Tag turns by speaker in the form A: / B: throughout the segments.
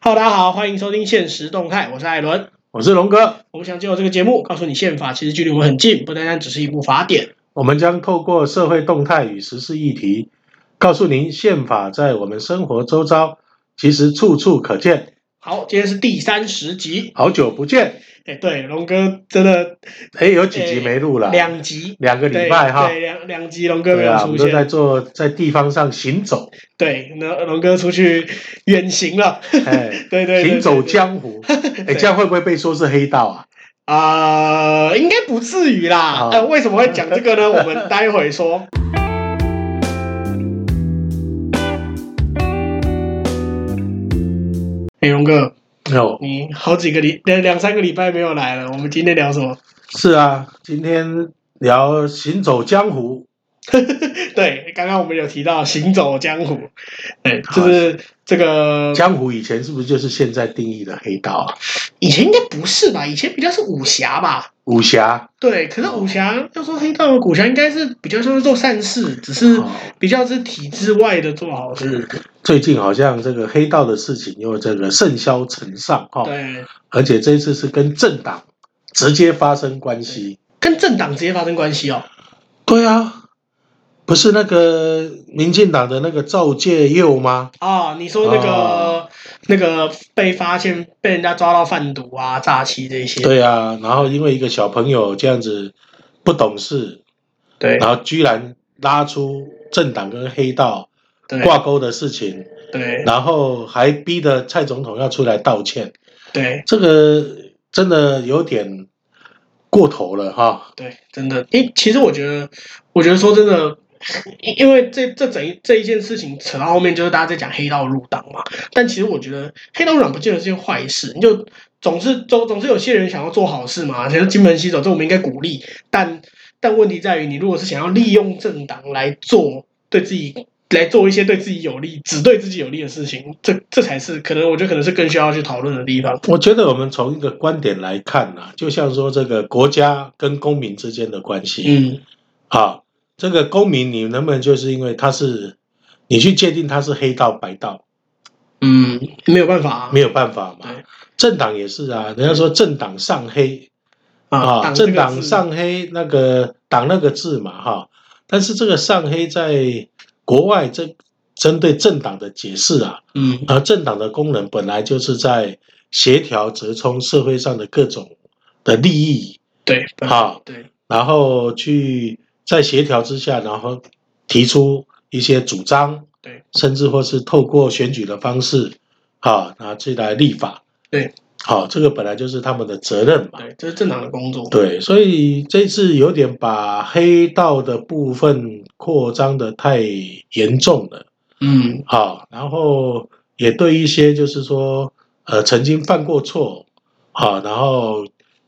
A: Hello，大家好，欢迎收听《现实动态》，我是艾伦。
B: 我是龙哥。
A: 我们想借由这个节目，告诉你宪法其实距离我们很近，不单单只是一部法典。
B: 我们将透过社会动态与时事议题，告诉您宪法在我们生活周遭其实处处可见。
A: 好，今天是第三十集。
B: 好久不见，
A: 哎，对，龙哥真的
B: 哎，有几集没录了，
A: 两集，
B: 两个
A: 对
B: 礼拜哈
A: 对，。两两集龙哥没
B: 对
A: 有
B: 啊，我
A: 出
B: 们都在
A: 现。
B: 做在地方上 行走，
A: 对，那龙哥出去远行了。
B: 哎，
A: 对对，对
B: 行
A: 对
B: 走
A: 对
B: 江 湖。哎，
A: 对
B: 这样会不会被说是黑道啊？
A: 啊、应该不至于啦
B: 好。
A: 呃，为什么会讲这个呢？ 我们待会说。哎，荣哥，
B: 有，
A: 你好几个礼两两三个礼拜没有来了，我们今天聊什么？
B: 是啊，今天聊行走江湖，
A: 对，刚刚我们有提到行走江湖，对，就是这个
B: 江湖以前是不是就是现在定义的黑道啊？
A: 以前应该不是吧？以前比较是武侠吧？
B: 武侠，
A: 对，可
B: 哦
A: 是武侠要说黑道的武侠，应该是比较像是做善事，只是
B: 哦
A: 比较是体制外的做好事。
B: 最近好像这个黑道的事情又这个盛嚣尘上哈，
A: 对，
B: 而且这一次是跟政党直接发生关系。
A: 跟政党直接发生关系哦。
B: 对啊，不是那个民进党的那个赵介佑吗？
A: 啊，你说那个、
B: 哦
A: 那个被发现被人家抓到贩毒啊、诈欺这些，
B: 对啊，然后因为一个小朋友这样子不懂事，
A: 对
B: 然后居然拉出政党跟黑道
A: 对
B: 挂钩的事情，
A: 对
B: 然后还逼得蔡总统要出来道歉，
A: 对
B: 这个真的有点过头了哈。
A: 对，真的。诶，其实我觉得，我觉得说真的。因因为这这整一这一件事情扯到后面，就是大家在讲黑道入党嘛。但其实我觉得黑道入党不见得是件坏事，你就总是总总是有些人想要做好事嘛，想要金盆洗手，这我们应该鼓励。但但问题在于，你如果是想要利用政党来做对自己来做一些对自己有利、只对自己有利的事情，这这才是可能我觉得可能是更需要去讨论的地方。
B: 我觉得我们从一个观点来看呢、就像说这个国家跟公民之间的关系
A: 嗯，
B: 啊，这个公民你能不能就是因为他是你去界定他是黑道白道，
A: 嗯，没有办法啊，
B: 没有办法嘛
A: 对。嗯
B: 政党也是啊，人家说政党上黑啊，
A: 这个
B: 政党
A: 字
B: 上黑那个党那个字嘛哈、但是这个上黑在国外针针对政党的解释啊，
A: 嗯
B: 而政党的功能本来就是在协调、折冲社会上的各种的利益，
A: 对 对
B: 啊，
A: 对
B: 然后去在协调之下，然后提出一些主张，
A: 对，
B: 甚至或是透过选举的方式，啊，拿去来立法，
A: 对，
B: 好、这个本来就是他们的责任嘛，
A: 对，这是政党的工作。
B: 对，所以这次有点把黑道的部分扩张的太严重了。
A: 嗯
B: 好，然后也对一些就是说，呃，曾经犯过错，好，然后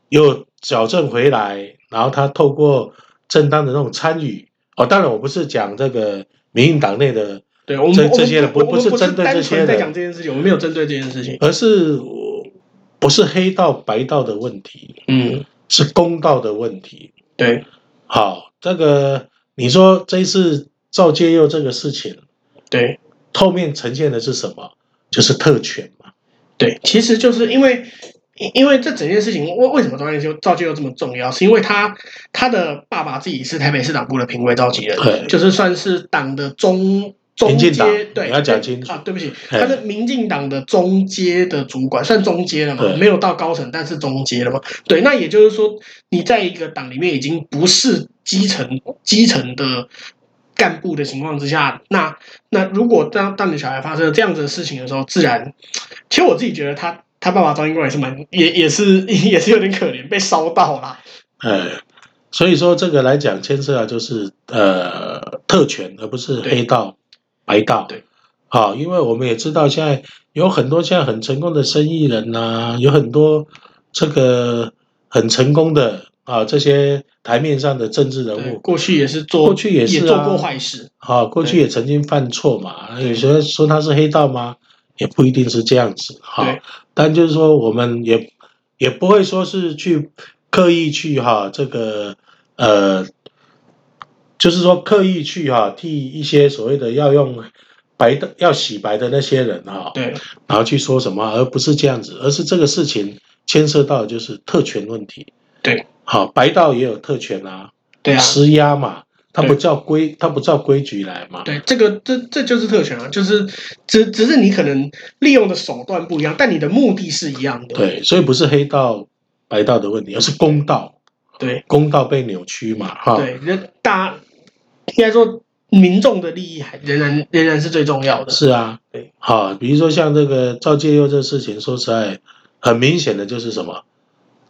B: 又矫正回来，然后他透过正当的那种参与，哦，当然我不是讲这个民进党内的，，
A: 对，我们
B: 这
A: 我们
B: 这些人不
A: 我们
B: 不是
A: 不
B: 针对
A: 单
B: 这些
A: 纯在
B: 人
A: 讲这件事情，我们没有针对这件事情。
B: 而是我不是黑道白道的问题，
A: 嗯，
B: 是公道的问题。
A: 对，
B: 好，这个你说这一次赵介佑这个事情，
A: 对
B: 后面呈现的是什么？就是特权嘛。
A: 对，其实就是因为因因为这整件事情，为为什么赵建修赵建佑这么重要，是因为他他的爸爸自己是台北市党部的评委召集人，
B: 对
A: 就是算是党的中。中
B: 民
A: 阶
B: 进党
A: 对，
B: 你要讲清楚
A: 啊！对不起，
B: 嘿
A: 他是民进党的中阶的主管，算中阶了嘛，
B: 对
A: 没有到高层，但是中阶了嘛。对，那也就是说，你在一个党里面已经不是基层基层的干部的情况之下，那那如果当当你小孩发生了这样子的事情的时候，自然，其实我自己觉得他他爸爸张英国也是蛮也也是 也是有点可怜，被烧到啦。
B: 呃，所以说这个来讲牵涉到就是呃特权，而不是黑道、白道。
A: 对，
B: 好，因为我们也知道现在有很多现在很成功的生意人呐、有很多这个很成功的啊这些台面上的政治人
A: 对，
B: 物，
A: 过去也是做
B: 过去也是啊
A: 做过坏事，
B: 啊过去也曾经犯错嘛，有些人说他是黑道吗？也不一定是这样子哈。
A: 对
B: 但就是说，我们也也不会说是去刻意去哈这个呃，就是说刻意去哈替一些所谓的要用白的要洗白的那些人啊、
A: 对，
B: 然后去说什么，而不是这样子，而是这个事情牵涉到的就是特权问题。
A: 对，
B: 好，白道也有特权啊，
A: 对啊，
B: 施压嘛，他不
A: 对
B: 照规，他不照规矩来嘛。
A: 对，这个这这就是特权啊，就是只只是你可能利用的手段不一样，但你的目的是一样的。
B: 对，所以不是黑道白道的问题，而是公道，
A: 对
B: 公道被扭曲嘛，哈。
A: 对，人大应该说民众的利益还仍然仍然是最重要的。
B: 是啊，
A: 对，
B: 好，比如说像这个赵介佑这事情，说实在，很明显的就是什么，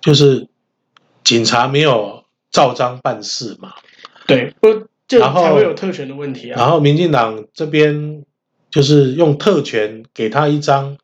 B: 就是警察没有照章办事嘛，
A: 对，不就
B: 然后
A: 才会有特权的问题啊。
B: 然后民进党这边就是用特权给他一张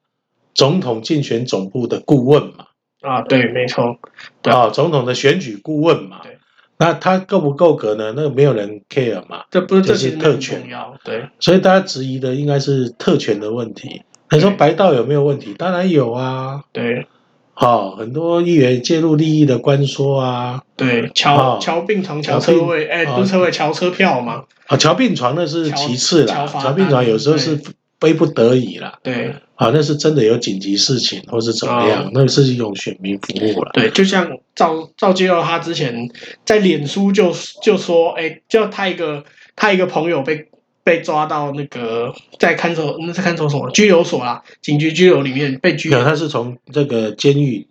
B: 总统竞选总部的顾问嘛，
A: 啊，对，没错，对
B: 啊、总统的选举顾问嘛
A: 对，
B: 那他够不够格呢？那个没有人 care 嘛，
A: 这不是这
B: 这
A: 其
B: 是
A: 实没有
B: 特
A: 很
B: 权
A: 重要。对，
B: 所以大家质疑的应该是特权的问题。你说
A: 对
B: 白道有没有问题？当然有啊，
A: 对，
B: 好、很多议员介入利益的官说啊，
A: 对，瞧
B: 哦
A: 瞧病床、
B: 瞧
A: 瞧车
B: 病
A: 位，哎，
B: 哦
A: 不是车位，瞧车票嘛。
B: 啊，瞧病床那是
A: 瞧
B: 其次啦，
A: 瞧
B: 瞧
A: 罚
B: 病床有时候是
A: 单
B: 非不得已啦，
A: 对
B: 啊，那是真的有紧急事情或是怎么样，
A: 哦
B: 那是一种选民服务啦。
A: 对，就像赵赵基佑他之前在脸书就就说，哎，就他一个他一个朋友被被抓到那个在看守那是看守所吗拘留所啦，警局拘留里面被拘
B: 没有，
A: 留。
B: 他是从这个监狱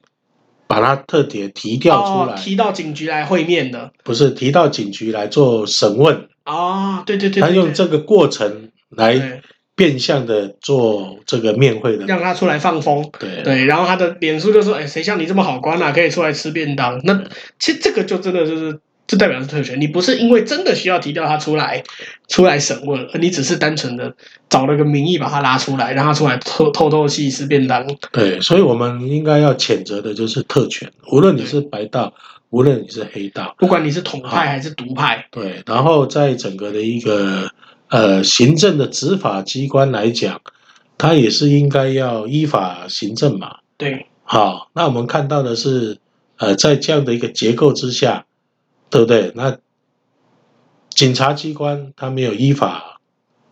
B: 把他特别提调出
A: 哦
B: 来，，哦
A: 提到警局来会面的
B: 不是提到警局来做审问，
A: 哦，对对对，
B: 他
A: 对
B: 用
A: 对
B: 这个过程来
A: 对
B: 变相的做这个面会的，
A: 让他出来放风，
B: 对
A: 对，然后他的脸书就说：“哎，谁像你这么好官啊，可以出来吃便当？”那其实这个就真的就是，这代表是特权。你不是因为真的需要提调他出来，出来审问，而你只是单纯的找了个名义把他拉出来，让他出来透透透气吃便当。
B: 对，所以我们应该要谴责的就是特权，无论你是白道，无论你是黑道，
A: 不管你是统派还是独派，
B: 对，然后在整个的一个呃行政的执法机关来讲，它也是应该要依法行政嘛。
A: 对
B: 好，那我们看到的是，呃，在这样的一个结构之下，对不对？那警察机关它没有依法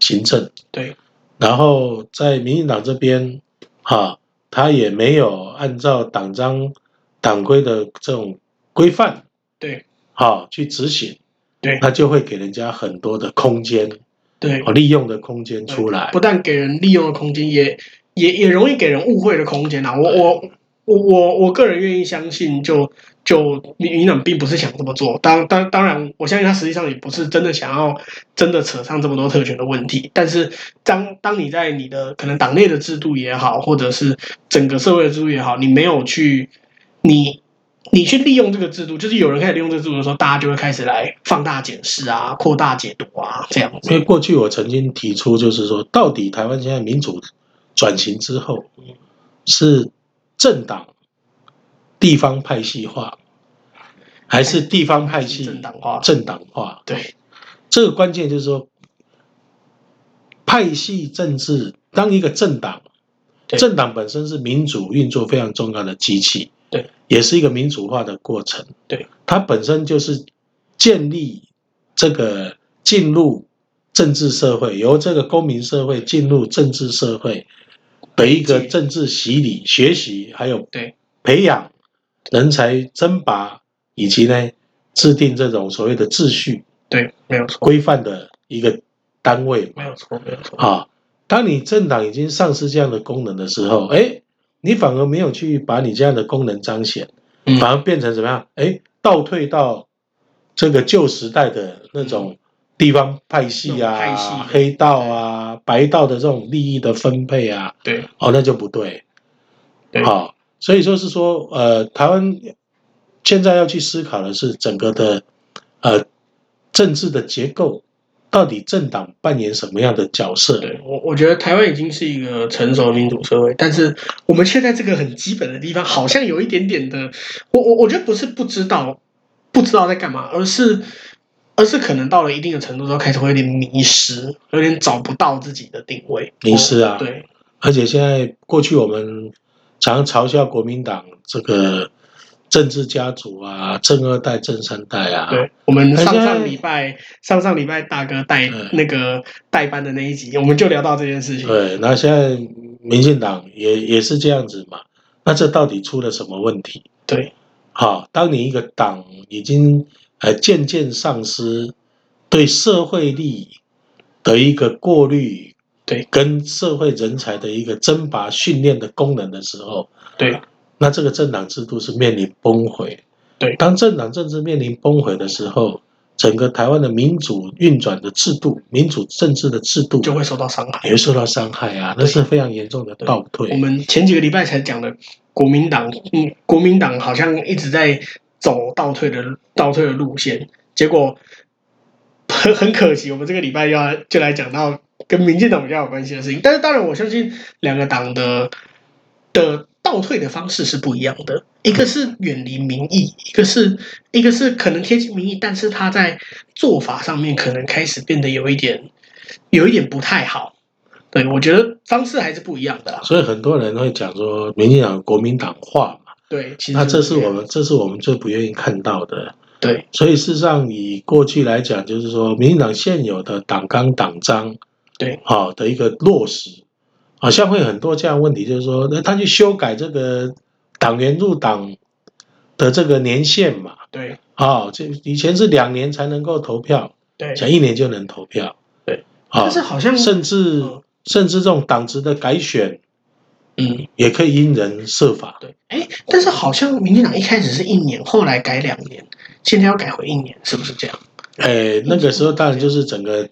B: 行政，
A: 对
B: 然后在民进党这边，哈、他也没有按照党章、党规的这种规范，
A: 对
B: 好、去执行，
A: 对
B: 那就会给人家很多的空间，
A: 对，
B: 哦，利用的空间出来
A: 不。但给人利用的空间，也也也容易给人误会的空间啊。我我我我我个人愿意相信就，就民民党并不是想这么做。当当当然，我相信他实际上也不是真的想要真的扯上这么多特权的问题。但是当当你在你的可能党内的制度也好，或者是整个社会的制度也好，你没有去你。你去利用这个制度，就是有人开始利用这个制度的时候，大家就会开始来放大检视啊、扩大解读啊，这样子。
B: 因为过去我曾经提出，就是说，到底台湾现在民主转型之后，是政党地方派系化，还是地方派系
A: 政党化，
B: 政党化？
A: 对
B: 这个关键就是说，派系政治，当一个政党，
A: 对
B: 政党本身是民主运作非常重要的机器，
A: 对，
B: 也是一个民主化的过程，
A: 对，
B: 它本身就是建立这个进入政治社会，由这个公民社会进入政治社会的一个
A: 理解
B: 政治洗礼、学习，还有
A: 对
B: 培养人才甄拔，以及呢制定这种所谓的秩序。
A: 对，没有错，
B: 规范的一个单位嘛
A: 没有错，没有错，
B: 啊。当你政党已经丧失这样的功能的时候，哎，你反而没有去把你这样的功能彰显，
A: 嗯
B: 反而变成怎么样？哎，倒退到这个旧时代的那种地方派系啊、
A: 嗯那种派系的
B: 黑道啊、白道的这种利益的分配啊，
A: 对
B: 哦，那就不对。
A: 对
B: 好、所以说是说，呃，台湾现在要去思考的是整个的呃政治的结构，到底政党扮演什么样的角色？
A: 对，我我觉得台湾已经是一个成熟的民主社会，但是我们却在这个很基本的地方，好像有一点点的，我我我觉得不是不知道，不知道在干嘛，而是而是可能到了一定的程度之后，开始会有点迷失，有点找不到自己的定位，
B: 迷失啊
A: 我哦对
B: 而且现在过去我们常常嘲笑国民党这个政治家族啊，正二代、正三代啊，
A: 对，我们
B: 大家
A: 上上礼拜上上礼拜大哥带
B: 嗯
A: 那个代班的那一集，我们就聊到这件事情。
B: 对，那现在民进党也也是这样子嘛，那这到底出了什么问题？
A: 对，
B: 好，当你一个党已经呃渐渐丧失对社会利益的一个过滤，
A: 对，
B: 跟社会人才的一个征拔训练的功能的时候，
A: 对，
B: 那这个政党制度是面临崩毁。
A: 对
B: 当政党政治面临崩毁的时候，整个台湾的民主运转的制度、民主政治的制度
A: 就会受到伤害
B: 也。会受到伤害啊，那是非常严重的倒
A: 我
B: 退。
A: 们前几个礼拜才讲的，国民党，嗯，国民党好像一直在走倒退的倒退的路线，结果 很很可惜，我们这个礼拜要就来讲到跟民进党比较有关系的事情。但是当然，我相信两个党的的倒退的方式是不一样的，一个是远离民意，一个是一个是可能贴近民意，但是他在做法上面可能开始变得有一点有一点不太好。对，我觉得方式还是不一样的啦。
B: 所以很多人会讲说，民进党国民党化嘛，
A: 对，其实
B: 那这是
A: 样
B: 我们这是我们最不愿意看到的。
A: 对
B: 所以事实上，以过去来讲，就是说，民进党现有的党纲、党章，
A: 对，
B: 好、的一个落实，好像会很多这样的问题，就是说，那他去修改这个党员入党的这个年限嘛，
A: 对
B: 啊、这以前是两年才能够投票，
A: 对，
B: 想一年就能投票，
A: 对，
B: 啊、
A: 但是好像
B: 甚至
A: 嗯
B: 甚至这种党职的改选
A: 嗯
B: 也可以因人设法。
A: 对，哎，但是好像民进党一开始是一年，后来改两年，现在要改回一年，是不是这样？
B: 哎，那个时候当然就是整个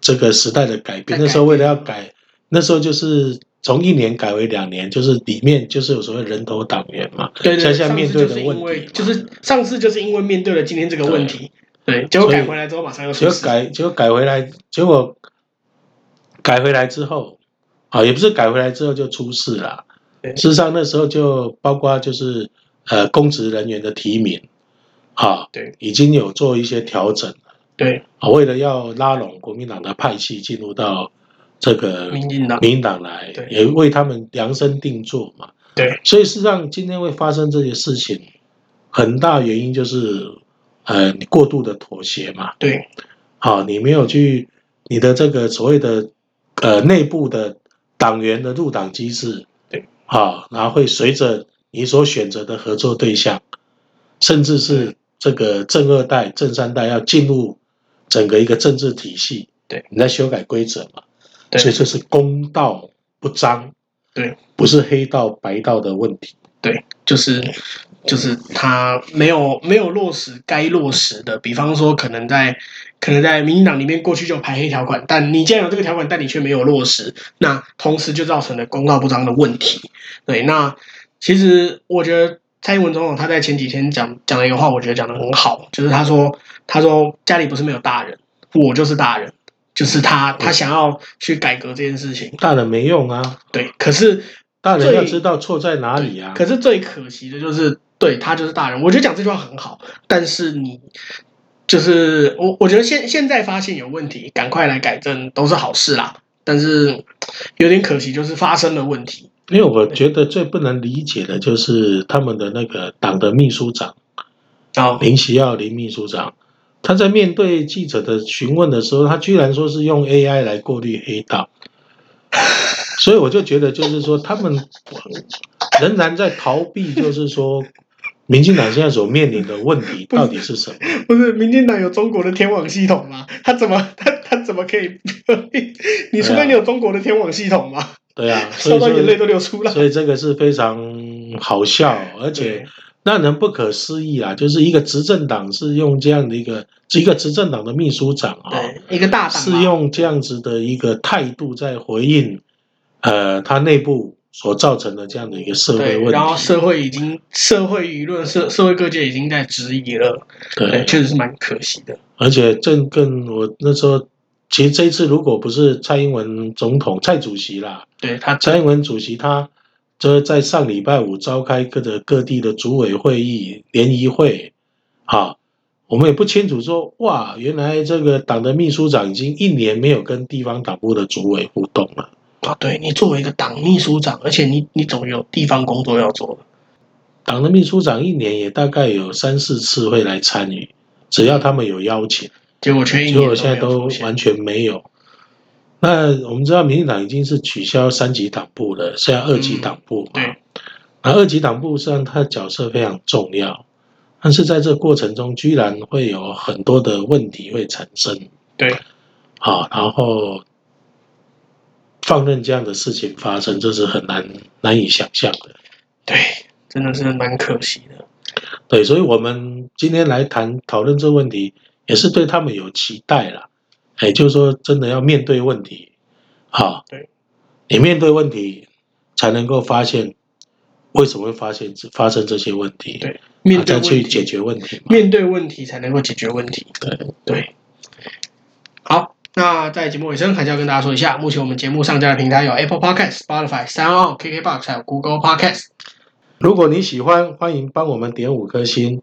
B: 这个时代的改
A: 在改
B: 变。
A: 变
B: 那时候为了要改，那时候就是从一年改为两年，就是里面就是有所谓人头党员嘛。
A: 对对，
B: 现在
A: 上
B: 面
A: 次
B: 对
A: 就
B: 的
A: 是
B: 问
A: 因为
B: 题
A: 就
B: 嘛
A: 是上次就是因为面对了今天这个问题，对，结果
B: 所以
A: 改回来之后马上又
B: 结
A: 出
B: 果
A: 事，
B: 改，结果改回来，结果改回来之后，啊，也不是改回来之后就出事了。
A: 对
B: 事实上那时候就包括就是呃公职人员的提名，啊，
A: 对
B: 已经有做一些调整。
A: 对，
B: 啊，为了要拉拢国民党的派系进入到这个
A: 民进党
B: 民进党来
A: 对，
B: 也为他们量身定做嘛。
A: 对，
B: 所以事实上今天会发生这些事情，很大原因就是呃你过度的妥协嘛。
A: 对
B: 啊，你没有去你的这个所谓的呃内部的党员的入党机制，
A: 对，
B: 啊，然后会随着你所选择的合作对象，甚至是这个正二代、正三代要进入整个一个政治体系，
A: 对，
B: 你在修改规则嘛，
A: 对
B: 所以这是公道不彰，
A: 对，
B: 不是黑道白道的问题，
A: 对，就是。就是他没有没有落实该落实的，比方说可能在可能在民进党里面过去就有排黑条款，但你既然有这个条款，但你却没有落实，那同时就造成了公道不彰的问题。对，那其实我觉得蔡英文总统他在前几天讲讲了一个话，我觉得讲的很好，就是他说他说家里不是没有大人，我就是大人，就是他他想要去改革这件事情。
B: 大人没用啊，
A: 对，可是
B: 大人要
A: 最
B: 知道错在哪里啊，
A: 可是最可惜的就是，对他就是大人。我觉得讲这句话很好，但是你就是我，我觉得现现在发现有问题，赶快来改正都是好事啦。但是有点可惜，就是发生了问题。
B: 因为我觉得最不能理解的就是他们的那个党的秘书长
A: 哦，
B: 林奇耀林秘书长，他在面对记者的询问的时候，他居然说是用 AI 来过滤黑道，所以我就觉得就是说他们仍然在逃避，就是说民进党现在所面临的问题到底是什么？
A: 不是，民进党有中国的天网系统吗？他怎么他他怎么可以？ 你除非你有中国的天网系统吗？
B: 对啊，所
A: 笑
B: 以
A: 到眼泪
B: 说
A: 都流出来。
B: 所以这个是非常好笑，而且
A: 对。
B: 让人不可思议啊！就是一个执政党是用这样的一个，一个执政党的秘书长啊、
A: 对，一个大党
B: 是
A: 嘛
B: 用这样子的一个态度在回应，呃，他内部所造成的这样的一个社会
A: 对，
B: 问
A: 然后
B: 题。
A: 社会已经社会舆论社社会各界已经在质疑了。对，
B: 对，
A: 确实是蛮可惜的。
B: 而且正更我那时候，其实这一次如果不是蔡英文总统、蔡主席啦，
A: 对他，
B: 蔡英文主席他就是在上礼拜五召开各的各地的组委会议、联谊会，啊，我们也不清楚说，哇，原来这个党的秘书长已经一年没有跟地方党部的组委互动了。
A: 哦啊，对你作为一个党秘书长，而且你你总有地方工作要做的，
B: 党的秘书长一年也大概有三四次会来参与，只要他们有邀请。
A: 结果却一
B: 结
A: 年
B: 果现在
A: 没有
B: 都
A: 出现
B: 完全没有。那我们知道，民进党已经是取消三级党部了，现在二级党部嘛。
A: 对
B: 那二级党部实际上它的角色非常重要，但是在这过程中，居然会有很多的问题会产生。
A: 对，
B: 啊，然后放任这样的事情发生，这是很难难以想象的。
A: 对，真的是蛮可惜的。
B: 对，所以我们今天来谈讨论这个问题，也是对他们有期待啦。哎，就是说，真的要面对问题，好，
A: 对，
B: 你面对问题，才能够发现为什么会发现发生这些问题，
A: 对面
B: 啊
A: 对
B: 再
A: 问
B: 去
A: 题，
B: 解决问题嘛。
A: 面对问题才能够解决问题。
B: 对
A: 对，好。那在节目尾声，还是要跟大家说一下，目前我们节目上架的平台有 Apple Podcast、Spotify、三奥、KKBox 还有 Google Podcast。
B: 如果你喜欢，欢迎帮我们点五颗星，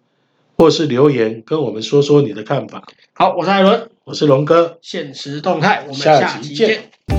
B: 或是留言跟我们说说你的看法。
A: 好，我是艾伦，
B: 我是龙哥，
A: 现实动态，我们
B: 下
A: 下
B: 集
A: 期
B: 见
A: 见。